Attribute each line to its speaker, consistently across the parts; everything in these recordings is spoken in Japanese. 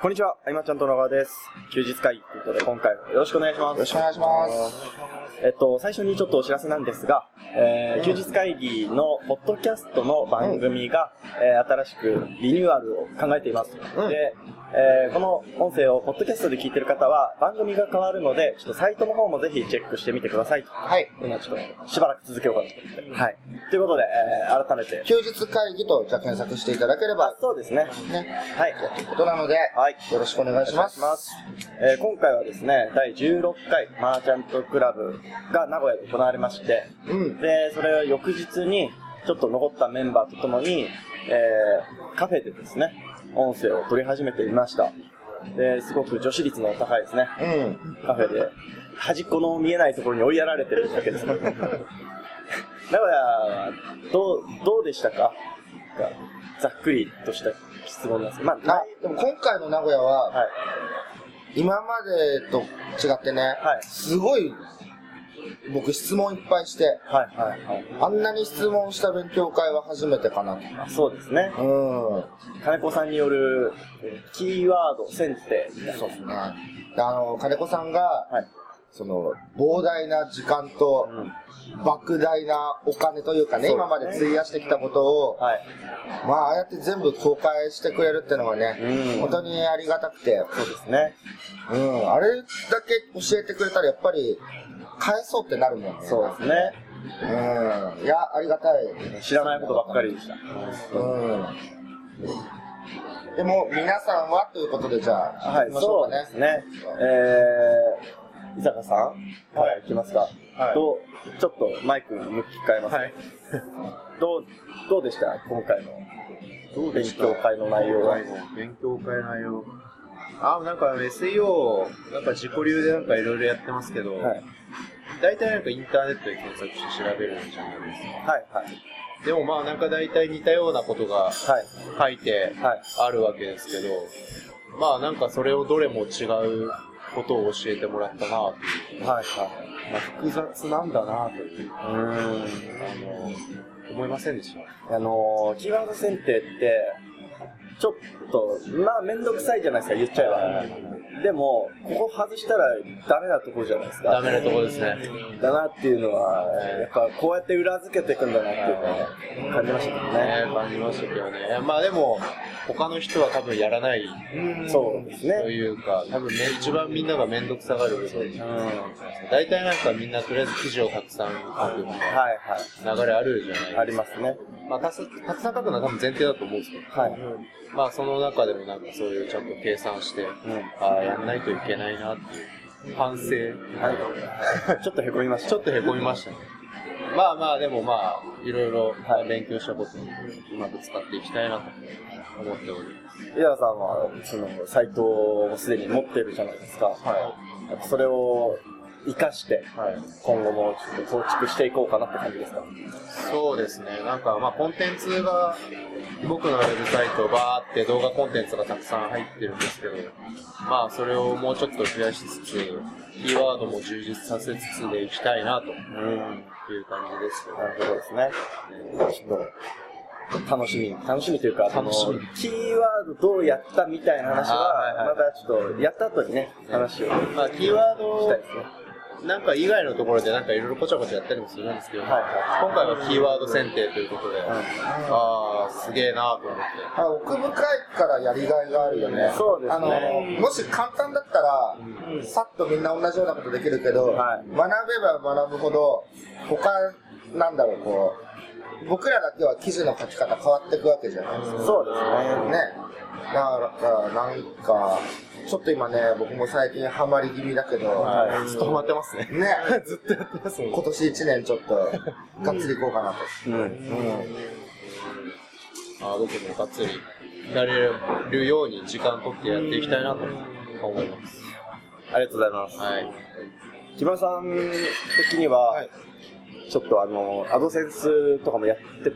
Speaker 1: こんにちは、あいまちゃんと野川です。休日会ということで、今回もよろしくお願いします。
Speaker 2: よろしくお願いします。
Speaker 1: えっと、最初にちょっとお知らせなんですが、えー休日会議のポッドキャストの番組が、えー新しくリニューアルを考えています。
Speaker 2: うん
Speaker 1: で、えーこの音声をポッドキャストで聞いてる方は、番組が変わるので、ちょっとサイトの方もぜひチェックしてみてくださいと。
Speaker 2: はい。
Speaker 1: 今ちょっと、しばらく続けようかなと思って。はい。ということで、えー改めて。
Speaker 2: 休日会議と、じゃあ検索していただけれ
Speaker 1: あ
Speaker 2: ば、、
Speaker 1: そうですね。
Speaker 2: ね、
Speaker 1: はい。
Speaker 2: やっていくことなので、
Speaker 1: はい。
Speaker 2: よろしくお願いします。
Speaker 1: えー今回はですね、第16回マーチャントクラブが名古屋で行われまして、
Speaker 2: うん。
Speaker 1: で、それを翌日に、ちょっと残ったメンバーとともに、えーカフェでですね、音声を取り始めていました。で、すごく女子率の高いですね、
Speaker 2: うん。
Speaker 1: カフェで、端っこの見えないところに追いやられてるわけです。 名古屋は、どう、どうでしたかがざっくりとした質問なんですけど、まあ、
Speaker 2: あ、でも今回の名古屋は、
Speaker 1: はい。
Speaker 2: 今までと違ってね、
Speaker 1: はい
Speaker 2: すごい、僕質問いっぱいして、
Speaker 1: はいはいはい。
Speaker 2: あんなに質問した勉強会は初めてかな
Speaker 1: あそうですね。
Speaker 2: と。うん。
Speaker 1: 金子さんによるえーキーワード選定みたいな。
Speaker 2: そうですね。であの、金子さんが、
Speaker 1: はい。
Speaker 2: その、膨大な時間と、莫大なお金というかね、
Speaker 1: そうですね
Speaker 2: 今まで費やしてきたことを、
Speaker 1: はい。
Speaker 2: まあ、ああやって全部公開してくれるってのはね、
Speaker 1: うん
Speaker 2: 本当にありがたくて、
Speaker 1: そうですね。
Speaker 2: うん、あれだけ教えてくれたらやっぱり、返そうってなるもんね。
Speaker 1: そうですね。
Speaker 2: うん。いや、ありがたい。
Speaker 1: 知らないことばっかりでした。
Speaker 2: うん。でも、皆さんはということで、じゃあ、
Speaker 1: は
Speaker 2: 行
Speaker 1: い、
Speaker 2: きましょ
Speaker 1: そうう
Speaker 2: かね
Speaker 1: で。すね。えー、伊坂さんはい、行きますか。
Speaker 3: はい
Speaker 1: どう、ちょっとマイクの向き変えます。
Speaker 3: はい。
Speaker 1: どう、どうでした今回の勉強会の内容は。はい。
Speaker 3: 勉強会の内容。あ、なんか SEO、なんか自己流でなんかいろいろやってますけど、
Speaker 1: はい
Speaker 3: 大体なんかインターネットで検索して調べるじゃないです
Speaker 1: はい。
Speaker 3: か。でもまあなんか大体似たようなこと
Speaker 1: は
Speaker 3: が
Speaker 1: い。
Speaker 3: 書いて
Speaker 1: はい
Speaker 3: あるわけですけど、まあなんかそれをどれも違うことを教えてもらったなという。
Speaker 1: はい。
Speaker 3: まあ、複雑なんだなという、あ
Speaker 1: はい。うーん。
Speaker 3: の、思いませんでした。
Speaker 1: あのー、キーワード選定って、ちょっと、まあ、めんどくさいじゃないですか、言っちゃえば。でも、ここ外したらダメなとこじゃないですか。
Speaker 3: ダメなところですね。
Speaker 1: だなっていうのは、やっぱこうやって裏付けていくんだなっていうのを感じましたけどね。
Speaker 3: ね、感じましたけどね。まあでも、他の人は多分やらない
Speaker 1: そうですね。
Speaker 3: というか、多分ね、一番みんなが面倒くさがる部分。
Speaker 1: うん。はい
Speaker 3: 大体なんかみんなとりあえず記事をたくさん書くみたい
Speaker 1: は
Speaker 3: な流れあるじゃない
Speaker 1: い。ありますね。
Speaker 3: まあ、たくたくさん書くのは多分前提だと思うんですけど、
Speaker 1: はい。
Speaker 3: まあその中でもなんかそういうちゃんと計算して、ああ、やんないといけないなっていう反省。
Speaker 1: はい。ちょっとへこみまし
Speaker 3: ち
Speaker 1: た。
Speaker 3: ょっとへこみましたね。まあまあ、でもまあ、いろいろ
Speaker 1: はい
Speaker 3: 勉強したことをうまく使っていきたいなと思っております。
Speaker 1: 伊沢さんは、その、サイトをすでに持ってるじゃないですか。やっぱそれを活かして、
Speaker 3: はい
Speaker 1: 今後もちょっと構築していこうかなって感じですか。
Speaker 3: そうですね、なんかまあコンテンツが、僕のウェブサイト、バーって動画コンテンツがたくさん入ってるんですけど、まあそれをもうちょっと増やしつつ、キーワードも充実させつつでいきたいなという
Speaker 1: うん。
Speaker 3: 感じですよ
Speaker 1: なるほどですね。ちょっと楽しみ、楽しみというか、その
Speaker 3: 楽しみ
Speaker 1: キーワードどうやったみたいな話
Speaker 3: あーはい
Speaker 1: は、
Speaker 3: は
Speaker 1: ま
Speaker 3: い
Speaker 1: たちょっと、やった後にね、話をし
Speaker 3: まあキーワー
Speaker 1: た
Speaker 3: ド
Speaker 1: いですね。
Speaker 3: なんか以外のところでなんかいろいろこちゃこちゃやったりもするんですけど、
Speaker 1: はいはい
Speaker 3: 今回はキーワード選定ということで、ああ、すげえなと思って。
Speaker 2: あ奥深いからやりがいがあるよね。
Speaker 1: そうですね
Speaker 2: あの、もし簡単だったら、さっとみんな同じようなことできるけど、
Speaker 1: はい
Speaker 2: 学べば学ぶほど、他、なんだろう、こう、僕らだけは記事の書き方変わっていくわけじゃないですか。
Speaker 1: そうです
Speaker 2: ね。だから、なんか、ちょっと今ね、僕も最近ハマり気味だけど、
Speaker 1: は
Speaker 3: ずっとハマってますね。
Speaker 2: ね、
Speaker 3: ずっとやってますもん。
Speaker 2: 今年1年ちょっと、がっつりいこうかなと。
Speaker 1: ね。うん。
Speaker 2: うん。
Speaker 3: あー僕もがっつりやれるように時間取ってやっていきたいなと思います。
Speaker 1: ありがとうございます。
Speaker 3: はい。
Speaker 1: 木村さん的には、
Speaker 2: はい
Speaker 1: ちょっとあの、アドセンスとかもやって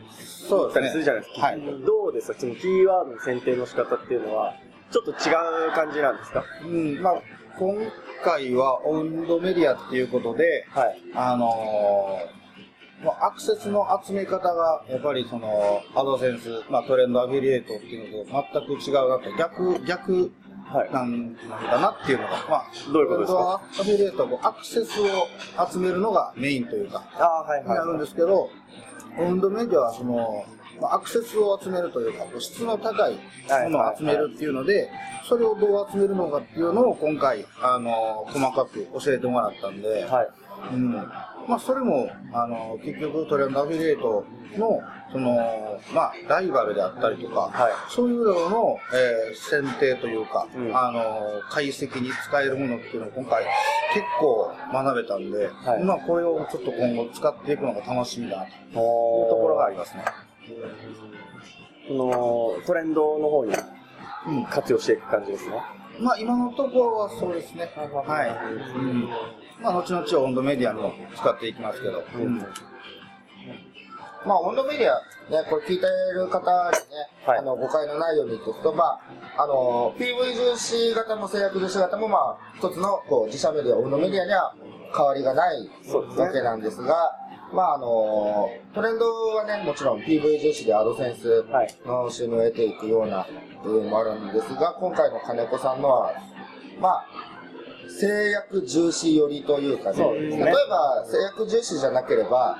Speaker 2: そう
Speaker 1: た
Speaker 2: ですね
Speaker 1: りするじゃないですか。
Speaker 2: はい
Speaker 1: どうですかそのキーワードの選定の仕方っていうのは、ちょっと違う感じなんですか
Speaker 4: うん、まあ、今回はオウンドメディアっていうことで、
Speaker 1: はい。
Speaker 4: あのーまあアクセスの集め方が、やっぱりその、アドセンス、まあ、トレンドアフィリエイトっていうのと全く違うなと、逆、逆
Speaker 1: はい
Speaker 5: なんだなっていうのが、まあ、
Speaker 1: どういうこと
Speaker 5: ブラン
Speaker 1: ですか
Speaker 5: ドはアフィリエイトはこうアクセスを集めるのがメインというか、
Speaker 1: ああ、はい
Speaker 5: にな
Speaker 1: は
Speaker 5: るん
Speaker 1: い。
Speaker 5: ですけど、オウンドメディアはその、まあアクセスを集めるというか、こう質の高いものを集めるっていうので、それをどう集めるのかっていうのを今回、あの、細かく教えてもらったんで、
Speaker 1: はい。
Speaker 5: うんまあ、それもあの結局トレンドアフィリエイトのその、まあ、ライバルであったりとか、
Speaker 1: はい
Speaker 5: そういうのの、えー選定というか、
Speaker 1: うん
Speaker 5: あの解析に使えるものっていうのを今回結構学べたんで、
Speaker 1: はい
Speaker 5: まあ、これをちょっと今後使っていくのが楽しみだなという
Speaker 1: と
Speaker 5: と
Speaker 1: こ
Speaker 5: ころがありますね。
Speaker 1: このトレンドの方に
Speaker 5: うん
Speaker 1: 活用していく感じですね。
Speaker 5: まあ、今のところはそうですね。はい。うんまあ、後々温度メディアにも使っていきますけど。うん
Speaker 2: まあ、温度メディア、ね、これ聞いてる方にね、
Speaker 1: はい
Speaker 2: あの誤解のないようにとと、まあ、あの PV 重視型も制約重視型も、まあ、一つのこう自社メディア、温度メディアには変わりがない
Speaker 1: そうですね
Speaker 2: わけなんですが、まあ、あのトレンドはね、もちろん PV 重視でアドセンス
Speaker 1: はい
Speaker 2: の収入を得ていくような部分もあるんですが、今回の金子さんのは、まあ、制約重視寄りというかね、
Speaker 1: そうですね
Speaker 2: 例えば制約重視じゃなければ、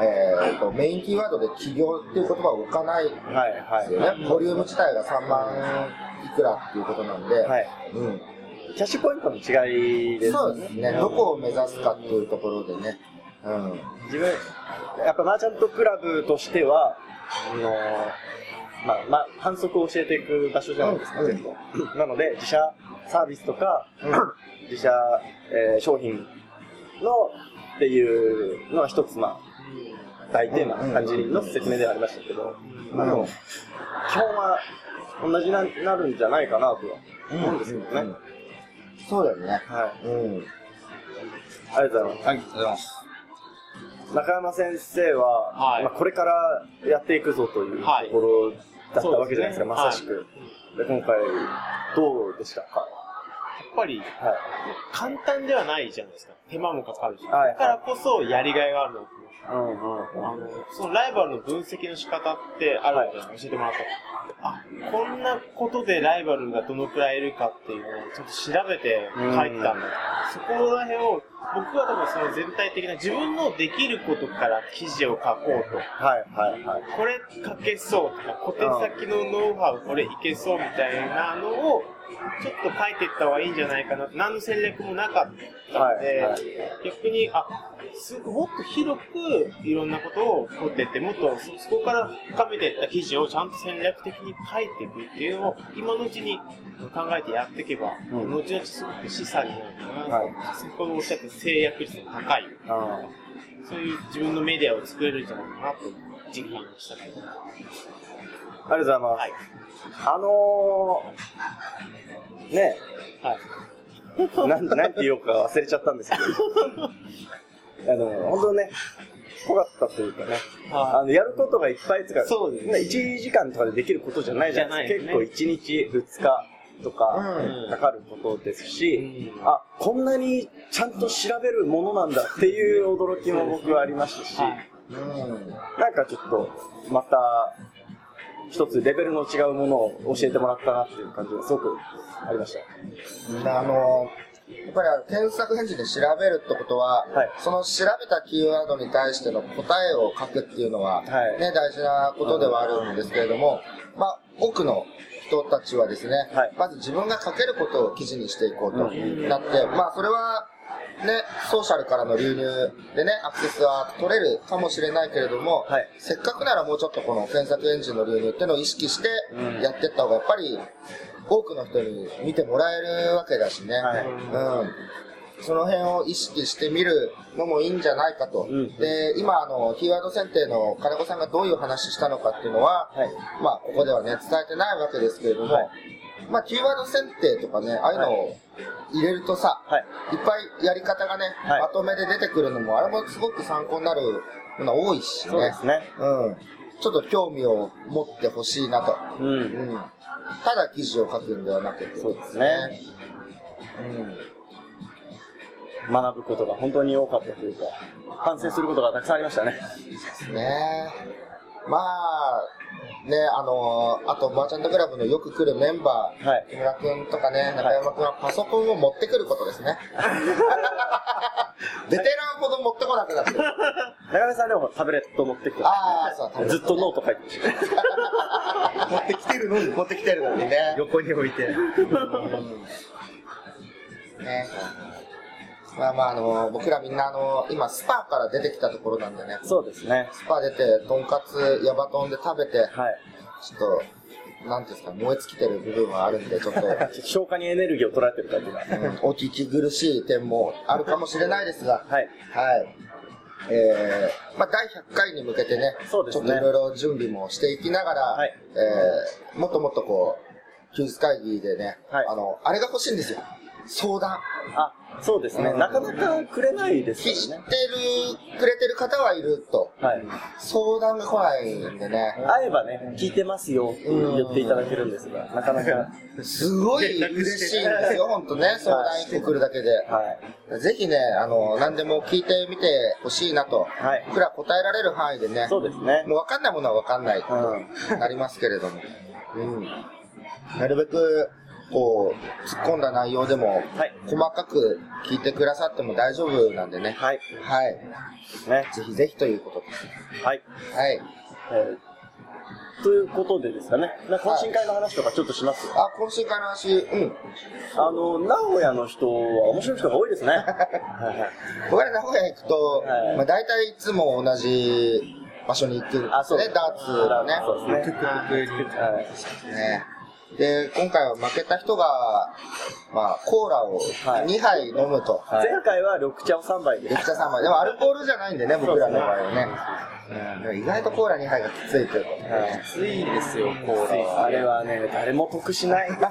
Speaker 2: えーとメインキーワードで起業っていう言葉は置かないで
Speaker 1: はい
Speaker 2: すよね、
Speaker 1: は
Speaker 2: ボリューム自体が3万いくらっていうことなんで、
Speaker 1: い。はい。
Speaker 2: うん、
Speaker 1: キャッシュポイントの違いですね。
Speaker 2: そうですね、どこを目指すかっていうところでね、うん、
Speaker 1: 自分、 やっぱマーチャントクラブとしては、あのまあ、まあ、反則を教えていく場所じゃないですか、
Speaker 2: うん
Speaker 1: 全部。なので、自社サービスとか、自社、えー商品のっていうのは一つ、まあ、大テーマな感じの説明ではありましたけど、まあでも、基本は同じななるんじゃないかなとは思うんですけどね。
Speaker 2: うんそうだよね、
Speaker 1: はい。
Speaker 2: うん、
Speaker 5: はい、
Speaker 1: ありがとうございます。
Speaker 5: ありがとうございます。
Speaker 1: 中山先生は、
Speaker 6: はい
Speaker 1: まあ、これからやっていくぞというと
Speaker 6: はい
Speaker 1: ころだったわけじゃないですか、
Speaker 6: そうですね
Speaker 1: まさしく、で今回どうでしたか、
Speaker 3: やっぱり
Speaker 1: は
Speaker 3: 簡単ではないじゃないですか。手間もかかるし。
Speaker 1: はい
Speaker 3: だからこそやりがいがあるのかない
Speaker 1: うんうんうん、
Speaker 3: あのそのライバルの分析の仕方ってあるので、教えてもらった。あ、こんなことでライバルがどのくらいいるかっていうのをちょっと調べて書いてたんだ。そこら辺を、僕は多分その全体的な自分のできることから記事を書こうと。
Speaker 1: はいはいはい
Speaker 3: これ書けそうとか、小手先のノウハウこれいけそうみたいなのを、ちょっと書いていった方がいいんじゃないかな。何の戦略もなかったので、
Speaker 1: はいはい
Speaker 3: 逆に、あ、すもっと広くいろんなことを取っていって、もっとそそこから深めていった記事をちゃんと戦略的に書いていくっていうのを、今のうちに考えてやっていけば、
Speaker 1: うん
Speaker 3: 後々すごく資産になるかな。
Speaker 1: はい
Speaker 3: そこのおっしゃった制約率の高い、
Speaker 1: あ
Speaker 3: そういう自分のメディアを作れるんじゃないかなと、実感したけど。
Speaker 1: ーありがとうございます、
Speaker 3: はい。
Speaker 1: あのー、ね
Speaker 3: はい。
Speaker 1: なん なんて言おうか忘れちゃったんですけど いやでも本当ね濃かったというかねあのやることがいっぱいつか
Speaker 3: そうですね
Speaker 1: 1時間とかでできることじゃないじゃないです
Speaker 3: じ
Speaker 1: か
Speaker 3: ゃない
Speaker 1: 結構1日2日とか
Speaker 2: うん
Speaker 1: かかることですし、
Speaker 3: うん
Speaker 1: あこんなにちゃんと調べるものなんだっていう驚きも僕はありましたし、
Speaker 3: はい
Speaker 2: うん、
Speaker 1: なんかちょっとまた一つレベルの違うものを教えてもらったなっていう感じがすごくありました
Speaker 2: あのやっぱりあの検索エンジンで調べるってことは、
Speaker 1: はい
Speaker 2: その調べたキーワードに対しての答えを書くっていうの
Speaker 1: は
Speaker 2: は、
Speaker 1: い
Speaker 2: ね、大事なことではあるんですけれども、まあ、多くの人たちはですね、
Speaker 1: はい
Speaker 2: まず自分が書けることを記事にしていこうと
Speaker 1: うん
Speaker 2: なって、まあ、それは、ね、ソーシャルからの流入でね、アクセスは取れるかもしれないけれども、
Speaker 1: はい
Speaker 2: せっかくならもうちょっとこの検索エンジンの流入っていうのを意識して
Speaker 1: うん
Speaker 2: やっていった方がやっぱり多くの人に見てもらえるわけだしね、
Speaker 1: はい
Speaker 2: うん、その辺を意識してみるのもいいんじゃないかと、
Speaker 1: うん
Speaker 2: で今あのキーワード選定の金子さんがどういう話したのかっていうのは、
Speaker 1: はい
Speaker 2: まあここではね伝えてないわけですけれども、
Speaker 1: はい
Speaker 2: まあキーワード選定とかねああいうのを入れるとさ、
Speaker 1: はい
Speaker 2: いっぱいやり方がね、
Speaker 1: はい
Speaker 2: まとめで出てくるのも、あれもすごく参考になるもの多いしね。
Speaker 1: そうですね
Speaker 2: うん。ちょっと興味を持ってほしいなと。
Speaker 1: う
Speaker 2: うんん。ただ記事を書くんではなくて。
Speaker 1: そうですね。学ぶことが本当に多かったというか反省することがたくさんありましたね
Speaker 2: ですね。まあ、ね、あのーあと、マーチャントクラブのよく来るメンバー、
Speaker 1: はい
Speaker 2: 木村くんとかね、中山くんはパソコンを持ってくることで すね。ベテランほど持ってこなくなってる。
Speaker 1: 中根さんでもタブレット持ってきて
Speaker 2: ああ、そう、多分
Speaker 1: ずっとノート書いてました
Speaker 2: 持ってきてるのに持ってきてるのにね。
Speaker 3: 横に置いて。
Speaker 2: ねまあまあ、あのー僕らみんな、あのー今、スパから出てきたところなんでね。
Speaker 1: そうですね
Speaker 2: スパ出て、とんかつ、ヤバトンで食べて、
Speaker 1: はい
Speaker 2: ちょっと、なんていうんですか、燃え尽きてる部分はあるんで、ちょっと、
Speaker 1: 消化にエネルギーを取られてる感じが
Speaker 2: うんお聞き苦しい点もあるかもしれないですが、
Speaker 1: はい
Speaker 2: はい。えー、まあ、第100回に向けてね、
Speaker 1: そうですね
Speaker 2: ちょっといろいろ準備もしていきながら、
Speaker 1: はい
Speaker 2: えー、もっともっとこう、休日会議でね、
Speaker 1: はい
Speaker 2: あの、あれが欲しいんですよ。相談。
Speaker 1: あそうですねなかなかくれないで
Speaker 2: 知っ
Speaker 1: す
Speaker 2: て
Speaker 1: よ
Speaker 2: る
Speaker 1: ね、
Speaker 2: くれてる方はいると、
Speaker 1: はい
Speaker 2: 相談が来ないんでね、
Speaker 1: 会えばね聞いてますよって言っていただけるんですがなかな か
Speaker 2: すごい嬉しいんですよ、本 当ね、相談してくるだけで。
Speaker 1: はい
Speaker 2: ぜひね、あの、何でも聞いてみてほしいなと。
Speaker 1: はい
Speaker 2: 僕ら答えられる範囲でね。
Speaker 1: そうですね
Speaker 2: もう分かんないものは分かんない。なりますけれども。うん。なるべく、こう、突っ込んだ内容でも、
Speaker 1: はい
Speaker 2: 細かく聞いてくださっても大丈夫なんでね。
Speaker 1: はい
Speaker 2: はい。
Speaker 1: ね
Speaker 2: ぜひぜひということです。
Speaker 1: はい、
Speaker 2: はい。
Speaker 1: えーということでですかねな懇親会の話とかちょっとしますよ
Speaker 2: あ、今週からの話、うん。
Speaker 1: あの名古屋の人は面白い人が多いですねはいはい
Speaker 2: 僕ら名古屋行くと、
Speaker 1: はい
Speaker 2: まあ大体いつも同じ場所に行くんですよね。
Speaker 1: あそうです
Speaker 2: ダーツのね。
Speaker 1: そうですねはい
Speaker 2: ね。で、今回は負けた人が、まあ、コーラを
Speaker 1: はい
Speaker 2: 2杯飲むと。
Speaker 1: 前回は緑茶を3杯で
Speaker 2: 緑茶3杯。でもアルコールじゃないんでね、僕らの場合はね。うんでも意外とコーラ2杯がきついということで。
Speaker 3: 暑いですよ、コーラは。
Speaker 1: あれはね誰も得しないですね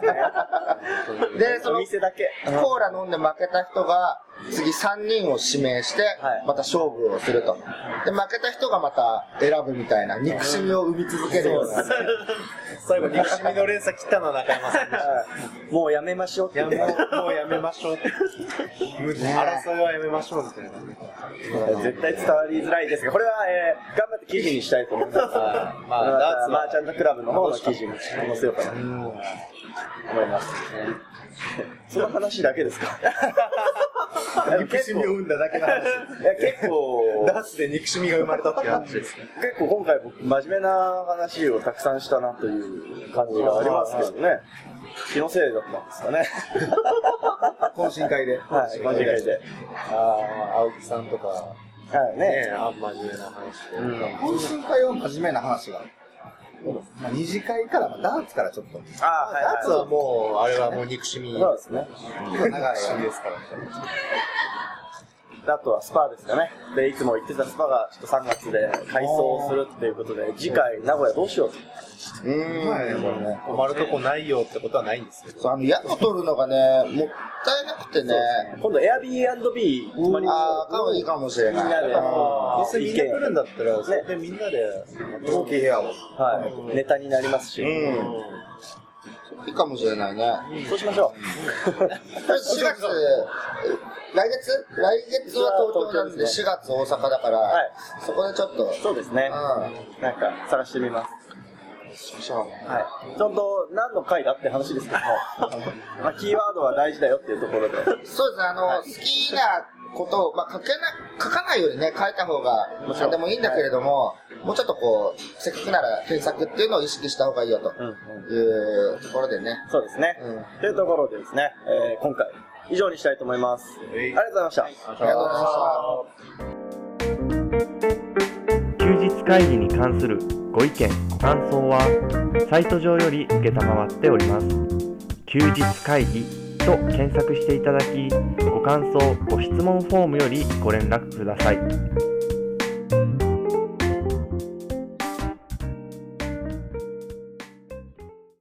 Speaker 2: で、そ
Speaker 1: お
Speaker 2: の、
Speaker 1: 店だけ
Speaker 2: コーラ飲んで負けた人が、次3人を指名して
Speaker 1: はい、
Speaker 2: また勝負をすると。で、負けた人がまた選ぶみたいな、憎しみを生み続けるような。
Speaker 7: 最後、憎しみの連鎖切ったのは中山さんでし
Speaker 1: もうやめましょうって
Speaker 7: た。
Speaker 1: 言
Speaker 7: い
Speaker 1: っ
Speaker 7: や、
Speaker 1: て
Speaker 7: もう、もうやめましょうって。争いはやめましょうみたいな。
Speaker 1: 絶対伝わりづらいですがこれは、えー頑張って記事にしたいと 思います
Speaker 3: はいま
Speaker 1: ま
Speaker 3: あ、
Speaker 1: あ、
Speaker 3: ダーツ
Speaker 1: マ
Speaker 3: は
Speaker 1: ーチャントクラブの方の記事に載せようかなと思います。その話だけです か憎しみを生んだだけの話結構、
Speaker 3: ダーツで憎しみが生まれたっていう話です。
Speaker 1: 結構今回僕真面目な話をたくさんしたなという感じがありますけどね。気のせいだったんですかね。
Speaker 4: 懇親会で。
Speaker 1: はい、間違えて。
Speaker 3: ああ、青木さんとか、
Speaker 1: はい、
Speaker 3: ね
Speaker 1: ね。、
Speaker 3: あんまりな話で。
Speaker 4: 懇親会は真面目な話が。まあ、二次会から、まあ、ダーツからちょっと。
Speaker 1: ああ、はい、
Speaker 3: ダーツはもう、あれはもう憎しみ。
Speaker 1: そうですね。
Speaker 4: 長い話
Speaker 3: ですから。
Speaker 1: あとはスパですかね。で、いつも行ってたスパがちょっと3月で改装するっていうことで、次回名古屋どうしようと。
Speaker 2: うーん。これね
Speaker 3: 泊まるとこないよってことはないんですよ。
Speaker 2: そう、あの、宿取るのがね、もったいなくてね。
Speaker 1: 今度 Airbnb 泊まり
Speaker 2: あ
Speaker 1: ま
Speaker 2: あ、かもいいかもしれ
Speaker 1: しょう。みん
Speaker 2: な。
Speaker 1: ないで
Speaker 2: あー。
Speaker 3: 実際みんな来るんだったら、それ
Speaker 1: ね
Speaker 3: でみんなで、
Speaker 4: 大きい部屋を。
Speaker 1: はい、ネタになりますし、
Speaker 2: うん。いいかもしれないね。
Speaker 1: そうしましょ
Speaker 2: 4月、来月来月は東京なんで、4月大阪だから、
Speaker 1: はい
Speaker 2: そこでちょっと、
Speaker 1: う。そうですね。
Speaker 2: う
Speaker 1: なんか探してみます。
Speaker 2: ん、しましょう。
Speaker 1: はい。ちゃんと何の回だって話ですけども、まあキーワードは大事だよっていうところで、
Speaker 2: そうですね、あの、好きなことを、まあ、書けな、書かないよりね、書いた方が何でもいいんだけれども、もうちょっとこう、せっかくなら検索っていうのを意識した方がいいよと
Speaker 1: うんうん
Speaker 2: いうところでね。
Speaker 1: そうですね。
Speaker 2: うん
Speaker 1: というところでですね、えー今回以上にしたいと思います。ありがとうございました。
Speaker 2: ありがとうございました。
Speaker 8: 休日会議に関するご意見ご感想はサイト上より承っております休日会議と検索していただきご感想ご質問フォームよりご連絡ください